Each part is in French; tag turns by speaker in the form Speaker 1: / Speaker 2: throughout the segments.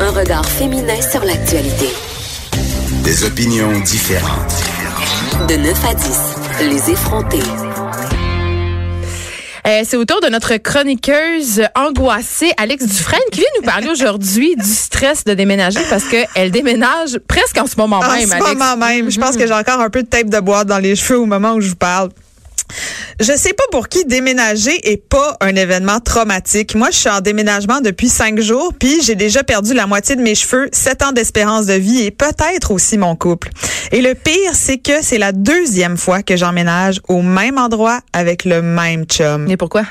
Speaker 1: Un regard féminin sur l'actualité.
Speaker 2: Des opinions différentes.
Speaker 1: De 9 à 10, les effrontés.
Speaker 3: Euh, c'est au tour de notre chroniqueuse angoissée, Alex Dufresne, qui vient nous parler aujourd'hui du stress de déménager parce qu'elle déménage presque en ce moment
Speaker 4: En
Speaker 3: même,
Speaker 4: ce
Speaker 3: Alex. Mm-hmm.
Speaker 4: moment même. Je pense que j'ai encore un peu de tape de boîte dans les cheveux au moment où je vous parle. Je sais pas pour qui déménager est pas un événement traumatique. Moi, je suis en déménagement depuis cinq jours, puis j'ai déjà perdu la moitié de mes cheveux, sept ans d'espérance de vie et peut-être aussi mon couple. Et le pire, c'est que c'est la deuxième fois que j'emménage au même endroit avec le même chum.
Speaker 3: Mais pourquoi?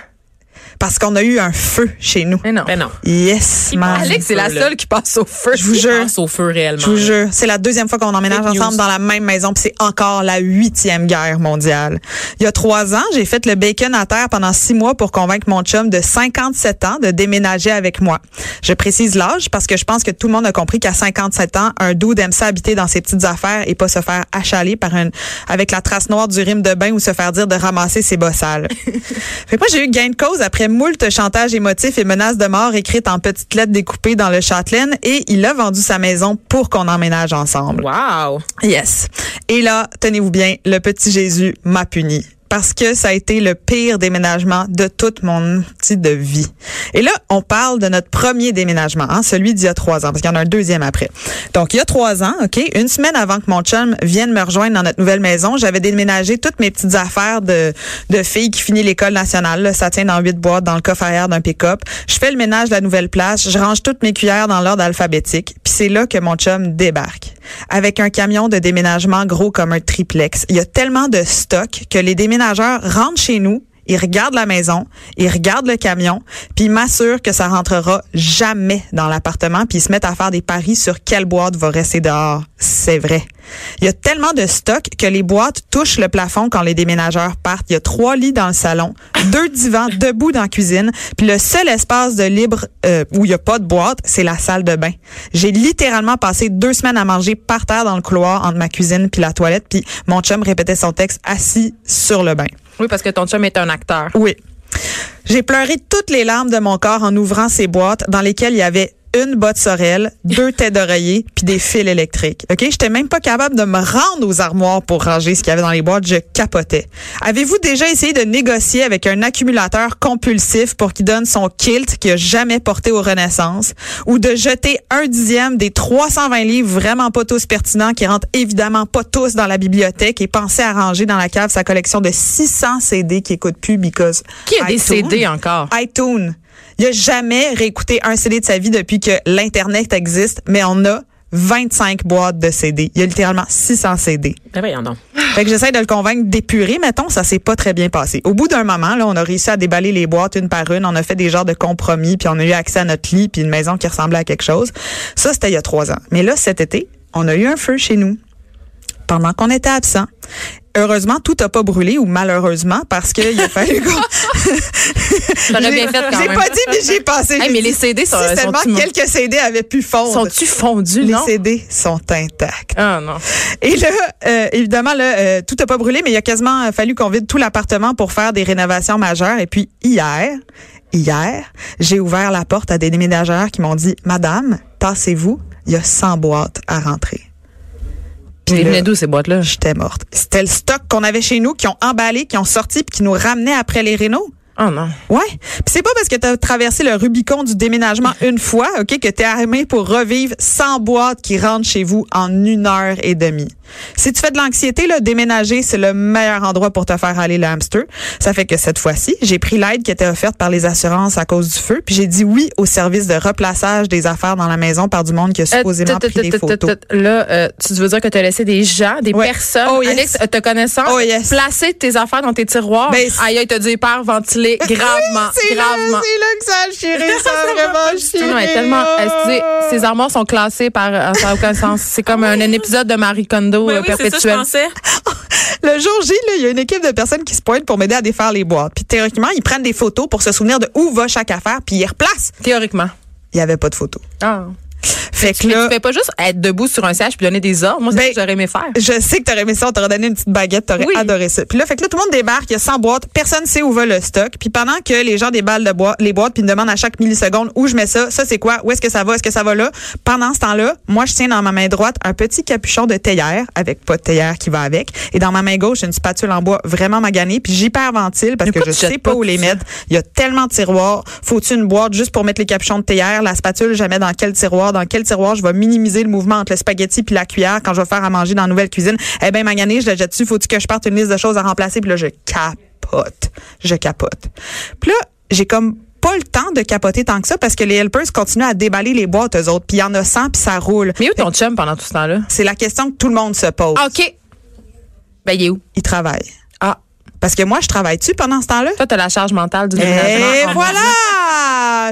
Speaker 4: Parce qu'on a eu un feu chez nous.
Speaker 3: Mais non.
Speaker 5: Ben non.
Speaker 4: Yes, man.
Speaker 3: Alex, c'est la
Speaker 5: Feu, là.
Speaker 3: seule qui passe au feu. Ah,
Speaker 4: Je vous jure.
Speaker 5: Pense au feu réellement.
Speaker 4: Je vous jure, c'est la deuxième fois qu'on emménage
Speaker 5: Fake news.
Speaker 4: ensemble dans la même maison, puis c'est encore la huitième guerre mondiale. Il y a trois ans, j'ai fait le bacon à terre pendant six mois pour convaincre mon chum de 57 ans de déménager avec moi. Je précise l'âge parce que je pense que tout le monde a compris qu'à 57 ans, un dude aime ça habiter dans ses petites affaires et pas se faire achaler par un avec la trace noire du rime de bain ou se faire dire de ramasser ses bossales. fait que moi, j'ai eu gain de cause après moult chantage émotif et menaces de mort écrites en petites lettres découpées dans le Châtelaine et il a vendu sa maison pour qu'on emménage ensemble.
Speaker 5: Wow.
Speaker 4: Yes. Et là, tenez-vous bien, le petit Jésus m'a puni. Parce que ça a été le pire déménagement de toute mon petite de vie. Et là, on parle de notre premier déménagement, hein, celui d'il y a trois ans, parce qu'il y en a un deuxième après. Donc, il y a trois ans, OK, une semaine avant que mon chum vienne me rejoindre dans notre nouvelle maison, j'avais déménagé toutes mes petites affaires de, de filles qui finit l'école nationale. là. ça tient dans huit boîtes dans le coffre arrière d'un pick-up. Je fais le ménage de la nouvelle place, je range toutes mes cuillères dans l'ordre alphabétique. Puis c'est là que mon chum débarque avec un camion de déménagement gros comme un triplex. Il y a tellement de stock que les déménageurs rentrent chez nous, ils regardent la maison, ils regardent le camion, puis ils m'assurent que ça rentrera jamais dans l'appartement, puis ils se mettent à faire des paris sur quelle boîte va rester dehors. C'est vrai. Il y a tellement de stock que les boîtes touchent le plafond quand les déménageurs partent. Il y a trois lits dans le salon, deux divans debout dans la cuisine, puis le seul espace de libre euh, où il y a pas de boîte, c'est la salle de bain. J'ai littéralement passé deux semaines à manger par terre dans le couloir entre ma cuisine puis la toilette, puis mon chum répétait son texte assis sur le bain.
Speaker 3: Oui, parce que ton chum est un acteur.
Speaker 4: Oui. J'ai pleuré toutes les larmes de mon corps en ouvrant ces boîtes dans lesquelles il y avait une botte sorel, deux têtes d'oreiller puis des fils électriques. OK, j'étais même pas capable de me rendre aux armoires pour ranger ce qu'il y avait dans les boîtes, je capotais. Avez-vous déjà essayé de négocier avec un accumulateur compulsif pour qu'il donne son kilt qu'il a jamais porté aux Renaissance ou de jeter un dixième des 320 livres vraiment pas tous pertinents qui rentrent évidemment pas tous dans la bibliothèque et penser à ranger dans la cave sa collection de 600 CD qui écoute plus because
Speaker 3: Qui a
Speaker 4: I
Speaker 3: des CD
Speaker 5: hein?
Speaker 4: don't.
Speaker 3: encore?
Speaker 4: iTunes. Il a jamais réécouté un CD de sa vie depuis que l'Internet existe, mais on a 25 boîtes de CD. Il y a littéralement 600 CD.
Speaker 5: Ben voyons donc.
Speaker 4: Fait que j'essaie de le convaincre d'épurer, mettons, ça s'est pas très bien passé. Au bout d'un moment, là, on a réussi à déballer les boîtes une par une, on a fait des genres de compromis, puis on a eu accès à notre lit, puis une maison qui ressemblait à quelque chose. Ça, c'était il y a trois ans. Mais là, cet été, on a eu un feu chez nous pendant qu'on était absent. Heureusement, tout a pas brûlé ou malheureusement parce que il a fallu qu'on-
Speaker 3: J'aurais bien fait quand
Speaker 4: Ah, J'ai
Speaker 3: même.
Speaker 4: pas dit mais j'ai passé.
Speaker 3: Hey,
Speaker 4: J'ai
Speaker 3: mais
Speaker 4: dit,
Speaker 3: les CD sont-
Speaker 4: si seulement
Speaker 3: sont-tu-
Speaker 4: quelques CD avaient pu fondre.
Speaker 3: Sont-tu fondus,
Speaker 4: les
Speaker 3: non?
Speaker 4: CD sont intacts.
Speaker 3: Ah non.
Speaker 4: Et là, euh, évidemment, là, euh, tout n'a pas brûlé, mais il a quasiment euh, fallu qu'on vide tout l'appartement pour faire des rénovations majeures. Et puis hier, hier, j'ai ouvert la porte à des déménageurs qui m'ont dit, Madame, tassez-vous, il y a 100 boîtes à rentrer.
Speaker 3: Puis
Speaker 4: Puis
Speaker 3: ils
Speaker 4: là-
Speaker 3: venaient d'où ces boîtes-là?
Speaker 4: J'étais morte. C'était le stock qu'on avait chez nous, qui ont emballé, qui ont sorti, puis qui nous ramenait après les rénaux.
Speaker 3: Ah non.
Speaker 4: Ouais. Puis c'est pas parce que t'as traversé le Rubicon du déménagement une fois, OK, que t'es armé pour revivre 100 boîtes qui rentrent chez vous en une heure et demie. Si tu fais de l'anxiété, là, déménager, c'est le meilleur endroit pour te faire aller le hamster. Ça fait que cette fois-ci, j'ai pris l'aide qui était offerte par les assurances à cause du feu, puis j'ai dit oui au service de replaçage des affaires dans la maison par du monde qui a
Speaker 3: Euh,
Speaker 4: supposément
Speaker 3: tut,
Speaker 4: pris
Speaker 3: tut,
Speaker 4: des
Speaker 3: tut,
Speaker 4: photos.
Speaker 3: tut, Là, euh, tu veux dire que tu as laissé des gens, des
Speaker 4: Ouais.
Speaker 3: personnes,
Speaker 4: Oh, yes.
Speaker 3: Alex, euh, te connaissant,
Speaker 4: Oh, yes.
Speaker 3: placer tes affaires dans tes tiroirs.
Speaker 4: Ben, c'est-
Speaker 3: aïe, aïe, t'as dû les faire ventiler gravement,
Speaker 4: Oui, c'est là,
Speaker 3: gravement.
Speaker 4: c'est là que ça a chiré, ça a vraiment chiré.
Speaker 3: Non, elle est tellement.
Speaker 4: là.
Speaker 3: excusez, ces armoires sont classées par en ça a aucun sens. C'est comme un, un épisode de Marie Kondo euh,
Speaker 5: Ben oui, c'est ça, je
Speaker 3: perpétuel.
Speaker 5: pensais.
Speaker 4: Le jour J, là, il y a une équipe de personnes qui se pointent pour m'aider à défaire les boîtes. Puis théoriquement, ils prennent des photos pour se souvenir de où va chaque affaire, puis ils replacent.
Speaker 3: Théoriquement.
Speaker 4: Il y avait pas de photos.
Speaker 3: Ah.
Speaker 4: Fait que
Speaker 3: Mais
Speaker 4: là,
Speaker 3: tu fais pas juste être debout sur un siège puis donner des ordres. Moi, c'est
Speaker 4: Ben,
Speaker 3: ça que j'aurais aimé faire.
Speaker 4: je sais que t'aurais aimé ça, on t'aurait donné une petite baguette, t'aurais
Speaker 3: Oui.
Speaker 4: adoré ça. Puis là, fait que là, tout le monde débarque, il y a 100 boîtes, personne sait où va le stock. Puis pendant que les gens déballent de boîte, les boîtes, puis ils me demandent à chaque milliseconde où je mets ça, ça c'est quoi, où est-ce que ça va, est-ce que ça va là. Pendant ce temps-là, moi, je tiens dans ma main droite un petit capuchon de théière, avec pas de théière qui va avec. Et dans ma main gauche, une spatule en bois vraiment maganée, puis j'hyperventile parce
Speaker 3: Mais
Speaker 4: que je
Speaker 3: pourquoi tu
Speaker 4: sais
Speaker 3: jettes
Speaker 4: pas
Speaker 3: pas
Speaker 4: où les
Speaker 3: tout
Speaker 4: mettre. Il y a tellement de tiroirs. Faut-tu une boîte juste pour mettre les capuchons de théière, la spatule, jamais dans quel tiroir, dans quel tiroir je vais minimiser le mouvement entre le spaghetti puis la cuillère quand je vais faire à manger dans la nouvelle cuisine. Eh ben magané, je la jette dessus. Faut-tu que je parte une liste de choses à remplacer puis là je capote, je capote. Puis là, j'ai comme pas le temps de capoter tant que ça parce que les helpers continuent à déballer les boîtes eux autres puis il y en a 100 puis ça roule.
Speaker 3: Mais où ton chum pendant tout ce temps-là?
Speaker 4: C'est la question que tout le monde se pose.
Speaker 3: Ah, OK. Ben, il est où?
Speaker 4: Ils travaillent.
Speaker 3: Ah.
Speaker 4: Parce que moi je travaille tu pendant ce temps-là.
Speaker 3: Toi, t'as la charge mentale du déménagement.
Speaker 4: Et
Speaker 3: Ah,
Speaker 4: voilà!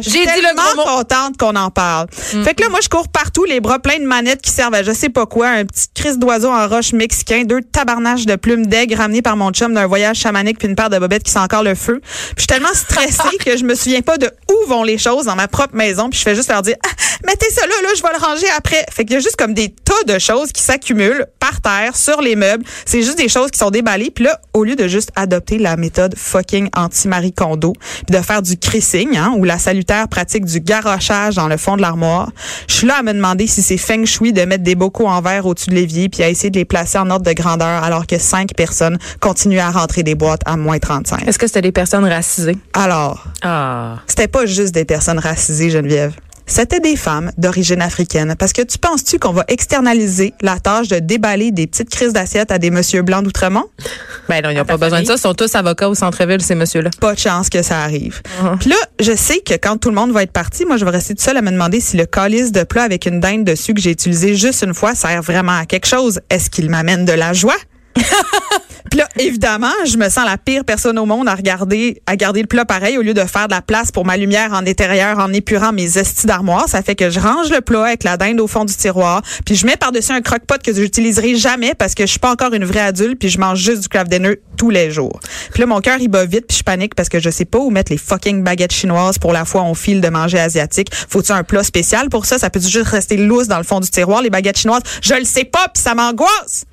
Speaker 4: Je suis
Speaker 3: J'ai dit le
Speaker 4: tellement
Speaker 3: gros mot. Mm.
Speaker 4: contente qu'on en parle. Fait que là, moi, je cours partout, les bras pleins de manettes qui servent à je sais pas quoi, un petit crise d'oiseau en roche mexicain, deux tabarnaches de plumes d'aigle ramenées par mon chum d'un voyage chamanique puis une paire de bobettes qui sent encore le feu. Puis je suis tellement stressée que je me souviens pas de où vont les choses dans ma propre maison puis je fais juste leur dire, Ah, mettez ça là, là, je vais le ranger après. Fait qu'il y a juste comme des tas de choses qui s'accumulent par terre, sur les meubles. C'est juste des choses qui sont déballées. Puis là, au lieu de juste adopter la méthode fucking anti-Marie Kondo, puis de faire du crissing, hein, ou la salutaire pratique du garochage dans le fond de l'armoire, je suis là à me demander si c'est feng shui de mettre des bocaux en verre au-dessus de l'évier puis à essayer de les placer en ordre de grandeur alors que cinq personnes continuent à rentrer des boîtes à moins 35.
Speaker 3: Est-ce que c'était des personnes racisées?
Speaker 4: Alors,
Speaker 3: Ah.
Speaker 4: c'était pas juste des personnes racisées, Geneviève. C'était des femmes d'origine africaine. Parce que tu penses-tu qu'on va externaliser la tâche de déballer des petites crises d'assiettes à des messieurs blancs d'Outremont?
Speaker 3: Ben non, ils n'ont pas
Speaker 5: famille.
Speaker 3: besoin de ça. Ils sont tous avocats au centre-ville, ces messieurs-là.
Speaker 4: Pas de chance que ça arrive. Puis là, je sais que quand tout le monde va être parti, moi, je vais rester toute seule à me demander si le calice de plat avec une dinde dessus que j'ai utilisé juste une fois sert vraiment à quelque chose. Est-ce qu'il m'amène de la joie? Puis là, évidemment, je me sens la pire personne au monde à regarder, à garder le plat pareil au lieu de faire de la place pour ma lumière en intérieur en épurant mes estis d'armoire. Ça fait que je range le plat avec la dinde au fond du tiroir, puis je mets par-dessus un croque-pot que j'utiliserai jamais parce que je suis pas encore une vraie adulte puis je mange juste du Kraft Dinner tous les jours. Puis là, mon cœur, il bat vite puis je panique parce que je sais pas où mettre les fucking baguettes chinoises pour la fois on file de manger asiatique. Faut-tu un plat spécial pour ça? Ça peut juste rester lousse dans le fond du tiroir, les baguettes chinoises? Je le sais pas puis ça m'angoisse!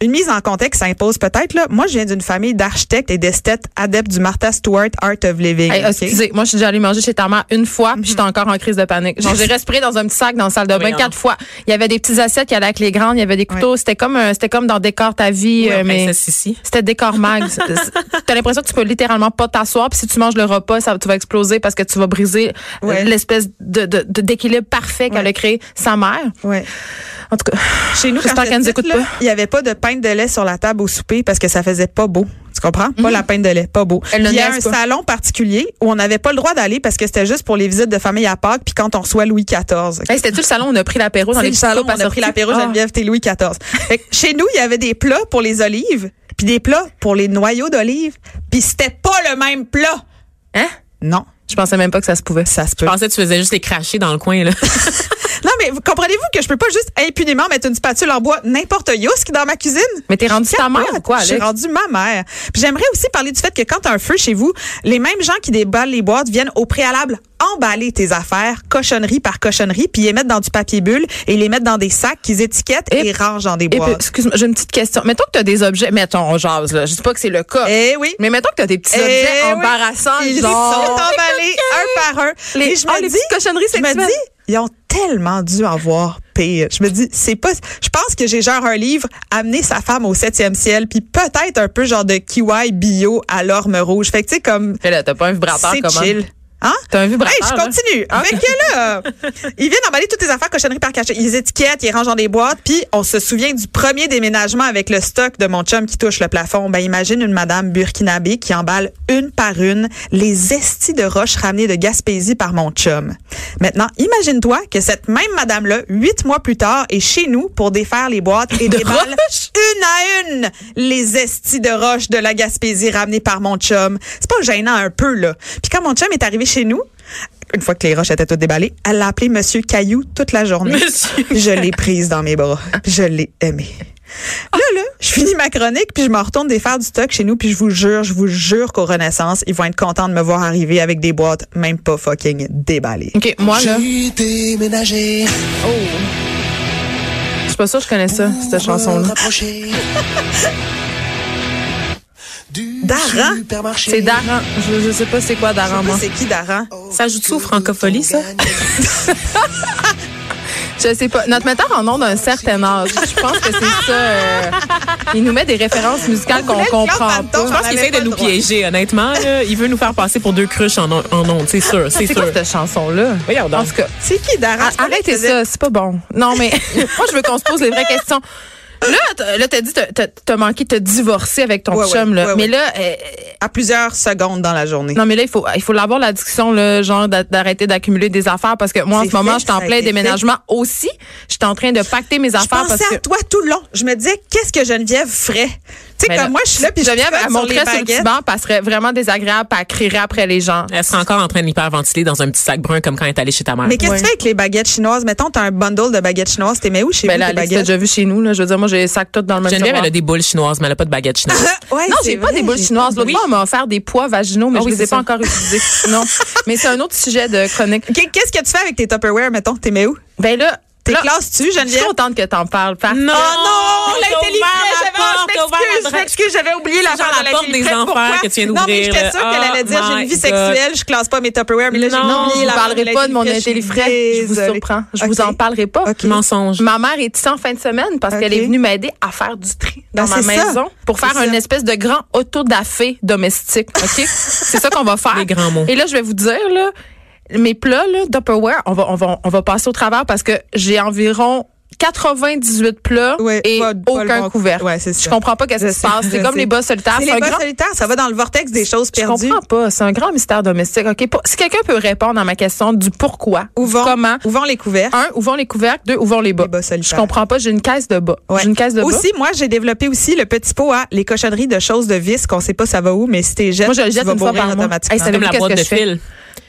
Speaker 4: Une mise en contexte, ça impose peut-être. Là. Moi, je viens d'une famille d'architectes et d'esthètes adeptes du Martha Stewart Art of Living.
Speaker 3: Hey,
Speaker 4: ok?
Speaker 3: Excusez, moi, je suis déjà allée manger chez ta mère une fois, puis j'étais encore en crise de panique. Genre, j'ai respiré dans un petit sac dans la salle de bain
Speaker 5: Voyons.
Speaker 3: quatre fois. Il y avait des petits assiettes qui allaient avec les grandes, il y avait des couteaux. C'était comme, un- c'était comme dans Décor ta vie,
Speaker 5: Oui,
Speaker 3: euh, mais
Speaker 5: princesse ici.
Speaker 3: c'était Décor mag. C'est- c'est- T'as l'impression que tu peux littéralement pas t'asseoir, puis si tu manges le repas, ça, tu vas exploser parce que tu vas briser euh,
Speaker 4: Ouais.
Speaker 3: l'espèce de, de- de- d'équilibre parfait qu'elle
Speaker 4: Ouais.
Speaker 3: a créé sa mère.
Speaker 4: Ouais.
Speaker 3: En tout cas,
Speaker 4: Chez nous, quand
Speaker 3: J'espère
Speaker 4: j'étais
Speaker 3: qu'elle nous
Speaker 4: petite,
Speaker 3: écoute
Speaker 4: là,
Speaker 3: pas.
Speaker 4: il n'y avait pas de pinte de lait sur la table au souper parce que ça faisait pas beau. Tu comprends? Pas la pinte de lait, pas beau.
Speaker 3: Mhm. Elle le
Speaker 4: Puis Il y a un
Speaker 3: niaise pas.
Speaker 4: salon particulier où on n'avait pas le droit d'aller parce que c'était juste pour les visites de famille à Pâques puis quand on reçoit Louis XIV. ok?
Speaker 3: Hey, c'était-tu le salon où on a pris l'apéro dans
Speaker 4: C'est
Speaker 3: les
Speaker 4: le
Speaker 3: petits
Speaker 4: salon,
Speaker 3: coupes
Speaker 4: on a pris
Speaker 3: assorties?
Speaker 4: l'apéro
Speaker 3: Ah.
Speaker 4: Geneviève, t'es Louis XIV. Fait que chez nous, il y avait des plats pour les olives, puis des plats pour les noyaux d'olives, puis c'était pas le même plat.
Speaker 3: Hein?
Speaker 4: Non,
Speaker 3: Je pensais même pas que ça se pouvait.
Speaker 4: ça se peut.
Speaker 5: Je pensais que tu faisais juste les cracher dans le coin, là.
Speaker 4: Non, mais vous comprenez-vous que je peux pas juste impunément mettre une spatule en bois n'importe qui dans ma cuisine?
Speaker 3: Mais t'es rendu ta mère ou quoi,
Speaker 4: Je suis
Speaker 3: Alex?
Speaker 4: rendue ma mère. Puis j'aimerais aussi parler du fait que quand t'as un feu chez vous, les mêmes gens qui déballent les boîtes viennent au préalable emballer tes affaires, cochonnerie par cochonnerie, puis les mettre dans du papier bulle et les mettre dans des sacs qu'ils étiquettent et,
Speaker 3: Et-
Speaker 4: rangent dans des
Speaker 3: Et puis,
Speaker 4: boîtes.
Speaker 3: excuse-moi, j'ai une petite question. Mettons que tu as des objets, mettons, on jase, là. Je dis pas que c'est le cas.
Speaker 4: Eh oui.
Speaker 3: Mais mettons que tu as des petits
Speaker 4: Eh
Speaker 3: objets
Speaker 4: oui.
Speaker 3: embarrassants,
Speaker 4: Ils sont
Speaker 3: genre.
Speaker 4: emballés un par un.
Speaker 3: Les-
Speaker 4: et je
Speaker 3: ah,
Speaker 4: me
Speaker 3: les
Speaker 4: dis,
Speaker 3: petites cochonneries
Speaker 4: je me
Speaker 3: sexuelles.
Speaker 4: dis, ils ont tellement dû en voir pire. Je me dis, c'est pas. Je pense que j'ai genre un livre amener sa femme au septième ciel, puis peut-être un peu genre de kiwi bio à l'orme rouge. Fait que tu sais comme
Speaker 3: Mais là, t'as pas un vibrateur
Speaker 4: c'est
Speaker 3: comment?
Speaker 4: chill. Hein?
Speaker 3: T'as un vibrateur.
Speaker 4: Hey, je
Speaker 3: là.
Speaker 4: continue. Fait que là, ils viennent emballer toutes les affaires cochonneries par cachet. Ils étiquettent, ils rangent dans des boîtes, puis on se souvient du premier déménagement avec le stock de mon chum qui touche le plafond. Ben imagine une madame burkinabé qui emballe une par une les estis de roches ramenées de Gaspésie par mon chum. Maintenant, imagine-toi que cette même madame-là, huit mois plus tard, est chez nous pour défaire les boîtes et
Speaker 3: De
Speaker 4: déballe
Speaker 3: roches?
Speaker 4: une à une les estis de roche de la Gaspésie ramenés par mon chum. C'est pas gênant un peu, là. Puis quand mon chum est arrivé chez nous, une fois que les roches étaient toutes déballées, elle l'a appelé Monsieur Caillou toute la journée.
Speaker 5: Monsieur
Speaker 4: Je l'ai prise dans mes bras. Je l'ai aimée. Là, là, je finis ma chronique, puis je me retourne défaire du stock chez nous, puis je vous jure, je vous jure qu'au Renaissance, ils vont être contents de me voir arriver avec des boîtes même pas fucking déballées.
Speaker 3: OK, moi, là,
Speaker 6: J'ai déménagé
Speaker 3: je suis pas sûre que je connais ça, cette
Speaker 6: pour me
Speaker 3: chanson-là.
Speaker 6: rapprocher du
Speaker 4: Daran?
Speaker 6: supermarché.
Speaker 3: C'est Daran. Je, je sais pas c'est quoi
Speaker 4: Je sais
Speaker 3: Daran,
Speaker 4: pas
Speaker 3: moi.
Speaker 4: C'est qui Daran?
Speaker 3: Oh.
Speaker 5: Ça joue-tu aux francopholies, ça?
Speaker 3: Je sais pas. Notre metteur en nom d'un certain âge. Je pense que c'est ça. euh, il nous met des références musicales qu'on
Speaker 4: voulait le
Speaker 3: comprend
Speaker 4: Claude
Speaker 3: pas.
Speaker 4: Fanton.
Speaker 5: Je pense qu'il
Speaker 4: avait
Speaker 5: essaie
Speaker 4: pas
Speaker 5: de
Speaker 4: le
Speaker 5: nous
Speaker 4: droit.
Speaker 5: piéger, honnêtement. là. Il veut nous faire passer pour deux cruches en, on- en ondes, c'est sûr, c'est
Speaker 3: C'est quoi
Speaker 5: sûr.
Speaker 3: cette chanson-là?
Speaker 5: Voyons donc.
Speaker 3: En tout cas,
Speaker 4: C'est qui Daran?
Speaker 3: Ah, Arrêtez ça, c'est pas bon. Non, mais moi, je veux qu'on se pose les vraies questions. Là, t'as- là, t'as dit, t'as- t'as t'as manqué de te divorcer avec ton
Speaker 4: Ouais, ouais,
Speaker 3: chum, là.
Speaker 4: ouais,
Speaker 3: mais
Speaker 4: ouais.
Speaker 3: là, euh,
Speaker 4: À plusieurs secondes dans la journée.
Speaker 3: non, mais là, il faut, il faut l'avoir la discussion, là, genre, d'a- d'arrêter d'accumuler des affaires parce que moi, en
Speaker 4: C'est
Speaker 3: ce moment,
Speaker 4: fait,
Speaker 3: je suis en
Speaker 4: ça a
Speaker 3: plein
Speaker 4: été
Speaker 3: déménagement aussi. Je suis en train de pacter mes
Speaker 4: Je
Speaker 3: affaires
Speaker 4: pensais
Speaker 3: parce que.
Speaker 4: à toi tout le long. Je me disais, qu'est-ce que Geneviève ferait? Tu sais,
Speaker 3: Mais
Speaker 4: comme
Speaker 3: Ben là,
Speaker 4: moi, je suis là, puis je
Speaker 3: Geneviève,
Speaker 4: tricote
Speaker 3: elle
Speaker 4: sur les
Speaker 3: monterait sur le petit
Speaker 4: baguettes.
Speaker 3: banc, puis elle serait vraiment désagréable, puis elle crierait après les gens.
Speaker 5: Elle sera encore en train d'hyperventiler dans un petit sac brun comme quand elle est allée chez ta mère.
Speaker 4: Mais qu'est-ce que
Speaker 3: Ah, Ouais.
Speaker 4: tu fais avec les baguettes chinoises? Mettons, t'as un bundle de baguettes chinoises, t'es mets où chez
Speaker 3: Ben
Speaker 4: vous,
Speaker 3: là,
Speaker 4: tes
Speaker 3: Alex, t'as
Speaker 4: baguettes?
Speaker 3: déjà vu chez nous, là. Je veux dire, moi, j'ai sac tout dans le même
Speaker 5: Geneviève,
Speaker 3: tiroir.
Speaker 5: elle a des boules chinoises, mais elle a pas de baguette chinoise.
Speaker 4: Euh, Ouais,
Speaker 3: Non,
Speaker 4: c'est
Speaker 3: j'ai pas
Speaker 4: vrai,
Speaker 3: des boules
Speaker 4: j'ai-
Speaker 3: chinoises. L'autre fois, on m'a offert des pois vaginaux, mais
Speaker 5: Ah
Speaker 3: je
Speaker 5: oui,
Speaker 3: les ai
Speaker 5: c'est
Speaker 3: pas
Speaker 5: ça.
Speaker 3: encore utilisés. Non. Mais c'est un autre sujet de chronique.
Speaker 4: Ok, Qu'est-ce que tu fais avec tes Tupperware, mettons? T'es mets où?
Speaker 3: Ben là.
Speaker 4: T'es
Speaker 3: là,
Speaker 4: classes-tu,
Speaker 3: Je suis
Speaker 4: Geneviève?
Speaker 3: contente que t'en parles. Ah parce-
Speaker 4: Oh non,
Speaker 5: Non, T'as
Speaker 4: l'intelligence,
Speaker 5: ouvert la
Speaker 4: j'avais,
Speaker 5: porte, t'as
Speaker 4: je
Speaker 5: ouvert
Speaker 4: m'excuse,
Speaker 5: la
Speaker 4: je m'excuse, j'avais oublié la
Speaker 5: genre
Speaker 4: part de
Speaker 5: la
Speaker 4: la
Speaker 5: porte des
Speaker 4: livrette,
Speaker 5: enfants
Speaker 4: pourquoi?
Speaker 5: que tu viens
Speaker 4: Non, mais
Speaker 5: d'ouvrir,
Speaker 4: j'étais
Speaker 5: là.
Speaker 4: sûre qu'elle allait dire,
Speaker 5: Oh
Speaker 4: j'ai une
Speaker 5: my
Speaker 4: vie
Speaker 5: God.
Speaker 4: sexuelle, je classe pas mes Tupperware, mais là, j'ai
Speaker 5: Non,
Speaker 4: oublié
Speaker 3: Je vous
Speaker 4: la part de
Speaker 3: parlerai
Speaker 4: la
Speaker 3: pas de mon
Speaker 4: livrette, suis
Speaker 3: intellifrais. Je vous
Speaker 4: désolée.
Speaker 3: surprends. Je vous
Speaker 4: Ok.
Speaker 3: en parlerai pas.
Speaker 4: Ok.
Speaker 5: Mensonge.
Speaker 3: Ma mère est ici en fin de semaine parce
Speaker 4: Ok.
Speaker 3: qu'elle est venue m'aider à faire du tri dans
Speaker 4: Ah,
Speaker 3: ma
Speaker 4: c'est ça.
Speaker 3: maison pour faire
Speaker 4: C'est
Speaker 3: une
Speaker 4: ça.
Speaker 3: espèce de grand auto autodafé domestique. OK? c'est ça qu'on va faire.
Speaker 5: Des grands mots.
Speaker 3: Et là, je vais vous dire, là, mes plats, là, Tupperware, on va, on va, on va passer au travers parce que j'ai environ 98 plats
Speaker 4: Ouais,
Speaker 3: et
Speaker 4: pas- pas le
Speaker 3: aucun
Speaker 4: bon-
Speaker 3: couvert.
Speaker 4: Ouais, c'est
Speaker 3: je
Speaker 4: ça.
Speaker 3: comprends pas qu'est-ce
Speaker 4: Je
Speaker 3: qui se
Speaker 4: sais,
Speaker 3: passe.
Speaker 4: je
Speaker 3: C'est comme
Speaker 4: sais.
Speaker 3: les bas solitaires.
Speaker 4: C'est
Speaker 3: C'est un
Speaker 4: les bas
Speaker 3: grand-
Speaker 4: solitaires, ça va dans le vortex des choses
Speaker 3: je
Speaker 4: perdues.
Speaker 3: comprends pas. C'est un grand mystère domestique. OK? Pour- Si quelqu'un peut répondre à ma question du pourquoi,
Speaker 4: Où
Speaker 3: du
Speaker 4: vont,
Speaker 3: comment,
Speaker 4: où vont les couverts?
Speaker 3: un, où vont les couvercles, deux, où vont les bas.
Speaker 4: Les bas
Speaker 3: je
Speaker 4: solitaires.
Speaker 3: comprends pas. J'ai une caisse de bas.
Speaker 4: Ouais.
Speaker 3: J'ai une caisse de bas.
Speaker 4: Aussi, moi, j'ai développé aussi le petit pot à les cochonneries de choses de vis qu'on sait pas ça va où, mais si t'es jette,
Speaker 3: Moi, je le jette
Speaker 4: tu vas
Speaker 3: une fois
Speaker 4: mourir
Speaker 3: par mois.
Speaker 4: automatiquement.
Speaker 3: Hey, ça
Speaker 5: Comme la
Speaker 3: Qu'est-ce
Speaker 5: boîte
Speaker 3: que
Speaker 5: de
Speaker 3: je fais?
Speaker 5: fil.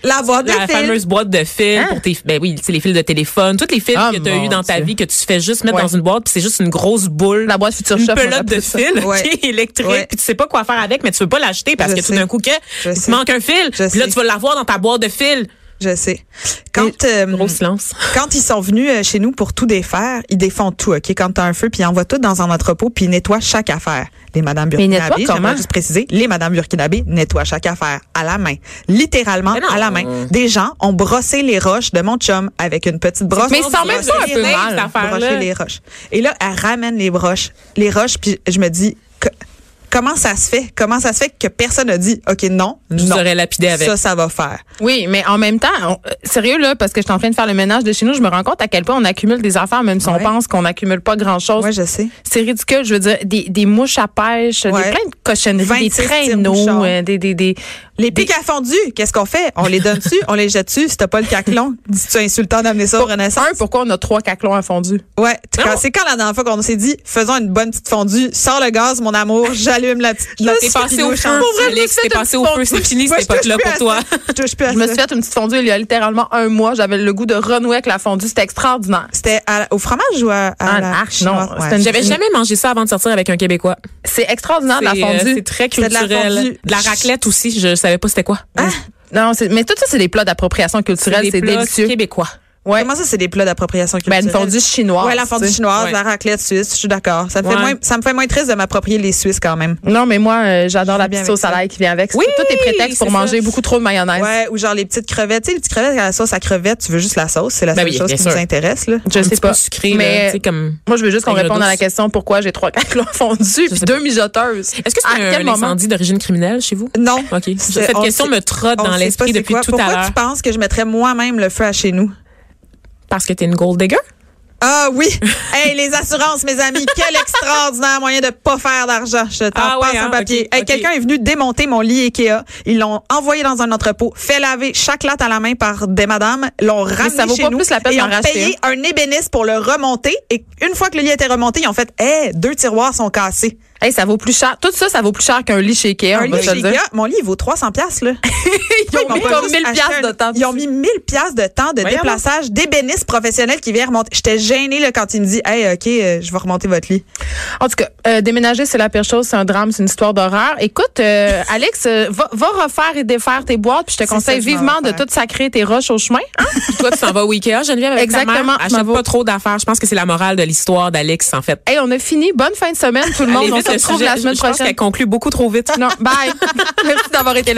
Speaker 4: la boîte de
Speaker 5: La
Speaker 4: fil.
Speaker 5: fameuse boîte de fil
Speaker 3: Hein?
Speaker 5: pour tes ben oui, c'est les fils de téléphone, toutes les fils
Speaker 3: Ah,
Speaker 5: que tu as
Speaker 3: mon
Speaker 5: eu dans ta
Speaker 3: Dieu.
Speaker 5: vie que tu fais juste mettre
Speaker 3: Ouais.
Speaker 5: dans une boîte, puis c'est juste une grosse boule.
Speaker 3: La boîte Future
Speaker 5: une
Speaker 3: Shop, on
Speaker 5: pelote
Speaker 3: appelle
Speaker 5: de
Speaker 3: ça.
Speaker 5: fil
Speaker 4: Ouais.
Speaker 5: qui est électrique,
Speaker 4: Ouais.
Speaker 5: puis tu sais pas quoi faire avec, mais tu veux pas l'acheter parce
Speaker 4: Je
Speaker 5: que tout
Speaker 4: sais.
Speaker 5: d'un coup que
Speaker 4: Je
Speaker 5: il te
Speaker 4: sais.
Speaker 5: manque un fil,
Speaker 4: Je
Speaker 5: puis là
Speaker 4: sais.
Speaker 5: tu vas l'avoir dans ta boîte de fil.
Speaker 4: Je sais. Quand, euh,
Speaker 5: Gros silence.
Speaker 4: quand ils sont venus euh, chez nous pour tout défaire, ils défont tout, OK? Quand t'as un feu, puis ils envoient tout dans un entrepôt, puis ils nettoient chaque affaire. Les Madame
Speaker 3: ils nettoient
Speaker 4: Burkinabé,
Speaker 3: comment?
Speaker 4: j'aimerais juste préciser, les Madame Burkinabé nettoient chaque affaire à la main. Littéralement
Speaker 5: Mais non.
Speaker 4: à la main. Des gens ont brossé les roches de mon chum avec une petite brosse.
Speaker 3: Mais sans même
Speaker 4: Brosser
Speaker 3: pas un
Speaker 4: les
Speaker 3: peu
Speaker 4: nails,
Speaker 3: mal.
Speaker 5: cette affaire-là.
Speaker 4: Brosser les roches. Et là, elle ramène les broches, les roches, puis je me dis... que- Comment ça se fait? Comment ça se fait que personne n'a dit, OK, non,
Speaker 5: Je
Speaker 4: non.
Speaker 5: vous aurais lapidé avec.
Speaker 4: Ça, ça va faire.
Speaker 3: Oui, mais en même temps, on- euh, sérieux là, parce que je suis en train de faire le ménage de chez nous, je me rends compte à quel point on accumule des affaires, même si on
Speaker 4: Ouais.
Speaker 3: pense qu'on n'accumule pas grand chose.
Speaker 4: Ouais, je sais.
Speaker 3: C'est ridicule, je veux dire, des, des mouches à pêche, des
Speaker 4: Ouais.
Speaker 3: plein de cochonneries, des
Speaker 4: 26
Speaker 3: traîneaux,
Speaker 4: tire-bouchons.
Speaker 3: euh, des, des, des, des-
Speaker 4: Les pics à fondu, qu'est-ce qu'on fait? On les donne dessus, on les jette dessus. Si t'as pas le caclon, dis-tu insultant d'amener ça au Renaissance?
Speaker 3: Un, pourquoi on a trois caclons à fondu?
Speaker 4: Ouais. t- quand-
Speaker 5: Non.
Speaker 4: C'est quand la dernière fois qu'on s'est dit, faisons une bonne petite fondue, sors le gaz, mon amour, j'allume la petite. la
Speaker 5: T'es
Speaker 4: petite
Speaker 5: passé au
Speaker 4: pinouche
Speaker 5: feu,
Speaker 4: en-
Speaker 3: vrai,
Speaker 5: Alex,
Speaker 3: vous
Speaker 5: t'es
Speaker 3: faites
Speaker 5: passé
Speaker 3: une
Speaker 5: au feu,
Speaker 3: petite
Speaker 5: c'est fini
Speaker 4: Moi,
Speaker 5: cette
Speaker 4: je touche
Speaker 5: époque-là
Speaker 4: plus
Speaker 5: pour
Speaker 4: à
Speaker 5: toi.
Speaker 4: ça. Je touche plus à
Speaker 3: Je me
Speaker 4: ça.
Speaker 3: suis fait une petite fondue il y a littéralement un mois. J'avais le goût de renouer avec la fondue. C'était extraordinaire.
Speaker 4: C'était à- au fromage ou à, à
Speaker 3: Ah,
Speaker 4: la
Speaker 3: ah,
Speaker 4: chinoise?
Speaker 3: non,
Speaker 4: Ouais.
Speaker 3: c'était une-
Speaker 5: J'avais jamais mangé ça avant de sortir avec un Québécois.
Speaker 3: C'est extraordinaire de Ah, la
Speaker 5: C'est, euh,
Speaker 3: fondue.
Speaker 5: C'est très
Speaker 4: C'est de la
Speaker 5: culturel.
Speaker 4: fondue.
Speaker 5: De la raclette aussi, je savais pas c'était quoi.
Speaker 4: Ah,
Speaker 3: Non, c'est- mais tout ça, c'est des plats d'appropriation culturelle.
Speaker 5: des
Speaker 3: C'est
Speaker 5: plats
Speaker 3: délicieux.
Speaker 5: québécois.
Speaker 3: Ouais.
Speaker 4: Comment ça, c'est des plats d'appropriation
Speaker 3: Ben,
Speaker 4: culturelle?
Speaker 3: une fondue chinoise.
Speaker 4: Ouais, la fondue
Speaker 3: tu sais.
Speaker 4: chinoise,
Speaker 5: Ouais.
Speaker 4: la raclette suisse, je suis d'accord. Ça, me fait
Speaker 5: Ouais.
Speaker 4: moins- ça me fait moins triste de m'approprier les Suisses quand même.
Speaker 3: Non, mais moi, euh, j'adore la
Speaker 4: suis bien
Speaker 3: petite sauce
Speaker 4: avec
Speaker 3: à l'ail qui vient avec.
Speaker 4: Oui,
Speaker 3: tout est prétexte pour
Speaker 4: c'est
Speaker 3: manger
Speaker 4: ça.
Speaker 3: beaucoup trop de mayonnaise.
Speaker 4: Ouais, ou genre les petites crevettes. Tu sais, les petites crevettes à la sauce à crevettes, tu veux juste la sauce. C'est la
Speaker 5: Ben
Speaker 4: seule
Speaker 5: oui,
Speaker 4: chose
Speaker 5: bien
Speaker 4: qui
Speaker 5: sûr.
Speaker 4: nous intéresse. Là.
Speaker 3: Je
Speaker 5: Un
Speaker 3: sais
Speaker 5: petit peu
Speaker 3: pas.
Speaker 5: sucré, là,
Speaker 3: Mais-
Speaker 5: tu sais, comme.
Speaker 3: Moi, je veux juste qu'on
Speaker 5: Aigre
Speaker 3: réponde à la
Speaker 5: douce.
Speaker 3: question pourquoi j'ai trois caclons fondus puis
Speaker 5: sais
Speaker 3: deux mijoteuses.
Speaker 5: Est-ce que
Speaker 3: À
Speaker 5: c'est
Speaker 3: quel
Speaker 5: un,
Speaker 3: moment?
Speaker 5: incendie d'origine criminelle chez vous?
Speaker 4: Non.
Speaker 5: OK.
Speaker 4: C'est-
Speaker 5: Cette
Speaker 4: on
Speaker 5: question
Speaker 4: sait-
Speaker 5: me trotte
Speaker 4: On
Speaker 5: dans
Speaker 4: sait pas
Speaker 5: l'esprit
Speaker 4: c'est
Speaker 5: depuis
Speaker 4: quoi.
Speaker 5: tout
Speaker 4: Pourquoi
Speaker 5: à l'heure.
Speaker 4: tu penses que je mettrais moi-même le feu à chez nous?
Speaker 5: Parce que t'es une gold digger?
Speaker 4: Ah oui! hey, les assurances, mes amis, quel extraordinaire moyen de pas faire d'argent. Je t'en
Speaker 5: Ah ouais,
Speaker 4: passe
Speaker 5: hein,
Speaker 4: un papier.
Speaker 5: ok,
Speaker 4: Hey,
Speaker 5: ok.
Speaker 4: Quelqu'un est venu démonter mon lit IKEA. Ils l'ont envoyé dans un entrepôt, fait laver chaque latte à la main par des madames, l'ont ramené
Speaker 3: ça vaut
Speaker 4: chez
Speaker 3: pas
Speaker 4: nous
Speaker 3: plus la peine
Speaker 4: et
Speaker 3: d'en
Speaker 4: ont
Speaker 3: racheter
Speaker 4: payé un ébéniste pour le remonter. Et une fois que le lit était remonté, ils ont fait, hey, deux tiroirs sont cassés.
Speaker 3: Hey, ça vaut plus cher. Tout ça, ça vaut plus cher qu'un lit chez Ikea,
Speaker 4: un
Speaker 3: on va
Speaker 4: lit
Speaker 3: se
Speaker 4: chez
Speaker 3: le dire.
Speaker 4: Ikea, mon lit, il vaut 300 pièces là.
Speaker 3: Ils ont mis
Speaker 4: pas
Speaker 3: comme
Speaker 4: juste
Speaker 3: 1000
Speaker 4: acheté
Speaker 3: piastres
Speaker 4: un-
Speaker 3: de temps.
Speaker 4: Ils ont mis 1000 piastres de temps de
Speaker 5: Voyons
Speaker 4: déplaçage d'ébéniste professionnel qui vient remonter. J'étais gênée là, quand il me dit, hey, OK, euh, je vais remonter votre lit.
Speaker 3: En tout cas, euh, déménager, c'est la pire chose. C'est un drame, c'est une histoire d'horreur. Écoute, euh, Alex, euh, va, va refaire et défaire tes boîtes. Puis je te
Speaker 4: C'est ça
Speaker 3: conseille
Speaker 4: que je m'en
Speaker 3: vivement
Speaker 4: vais
Speaker 3: de
Speaker 4: faire.
Speaker 3: tout sacrer tes roches au chemin. Hein?
Speaker 5: Puis toi, tu t'en vas au Ikea, Geneviève, avec ta
Speaker 3: Exactement,
Speaker 5: mère. Achète
Speaker 3: bravo.
Speaker 5: pas trop d'affaires. Je pense que c'est la morale de l'histoire d'Alex, en fait.
Speaker 3: Hey, on a fini. Bonne fin de semaine, tout le monde.
Speaker 5: Allez,
Speaker 3: on
Speaker 5: vite,
Speaker 3: se
Speaker 5: le
Speaker 3: retrouve
Speaker 5: sujet.
Speaker 3: la semaine
Speaker 5: Je pense
Speaker 3: prochaine.
Speaker 5: qu'elle conclut beaucoup trop vite.
Speaker 3: Non, bye. Merci d'avoir été là.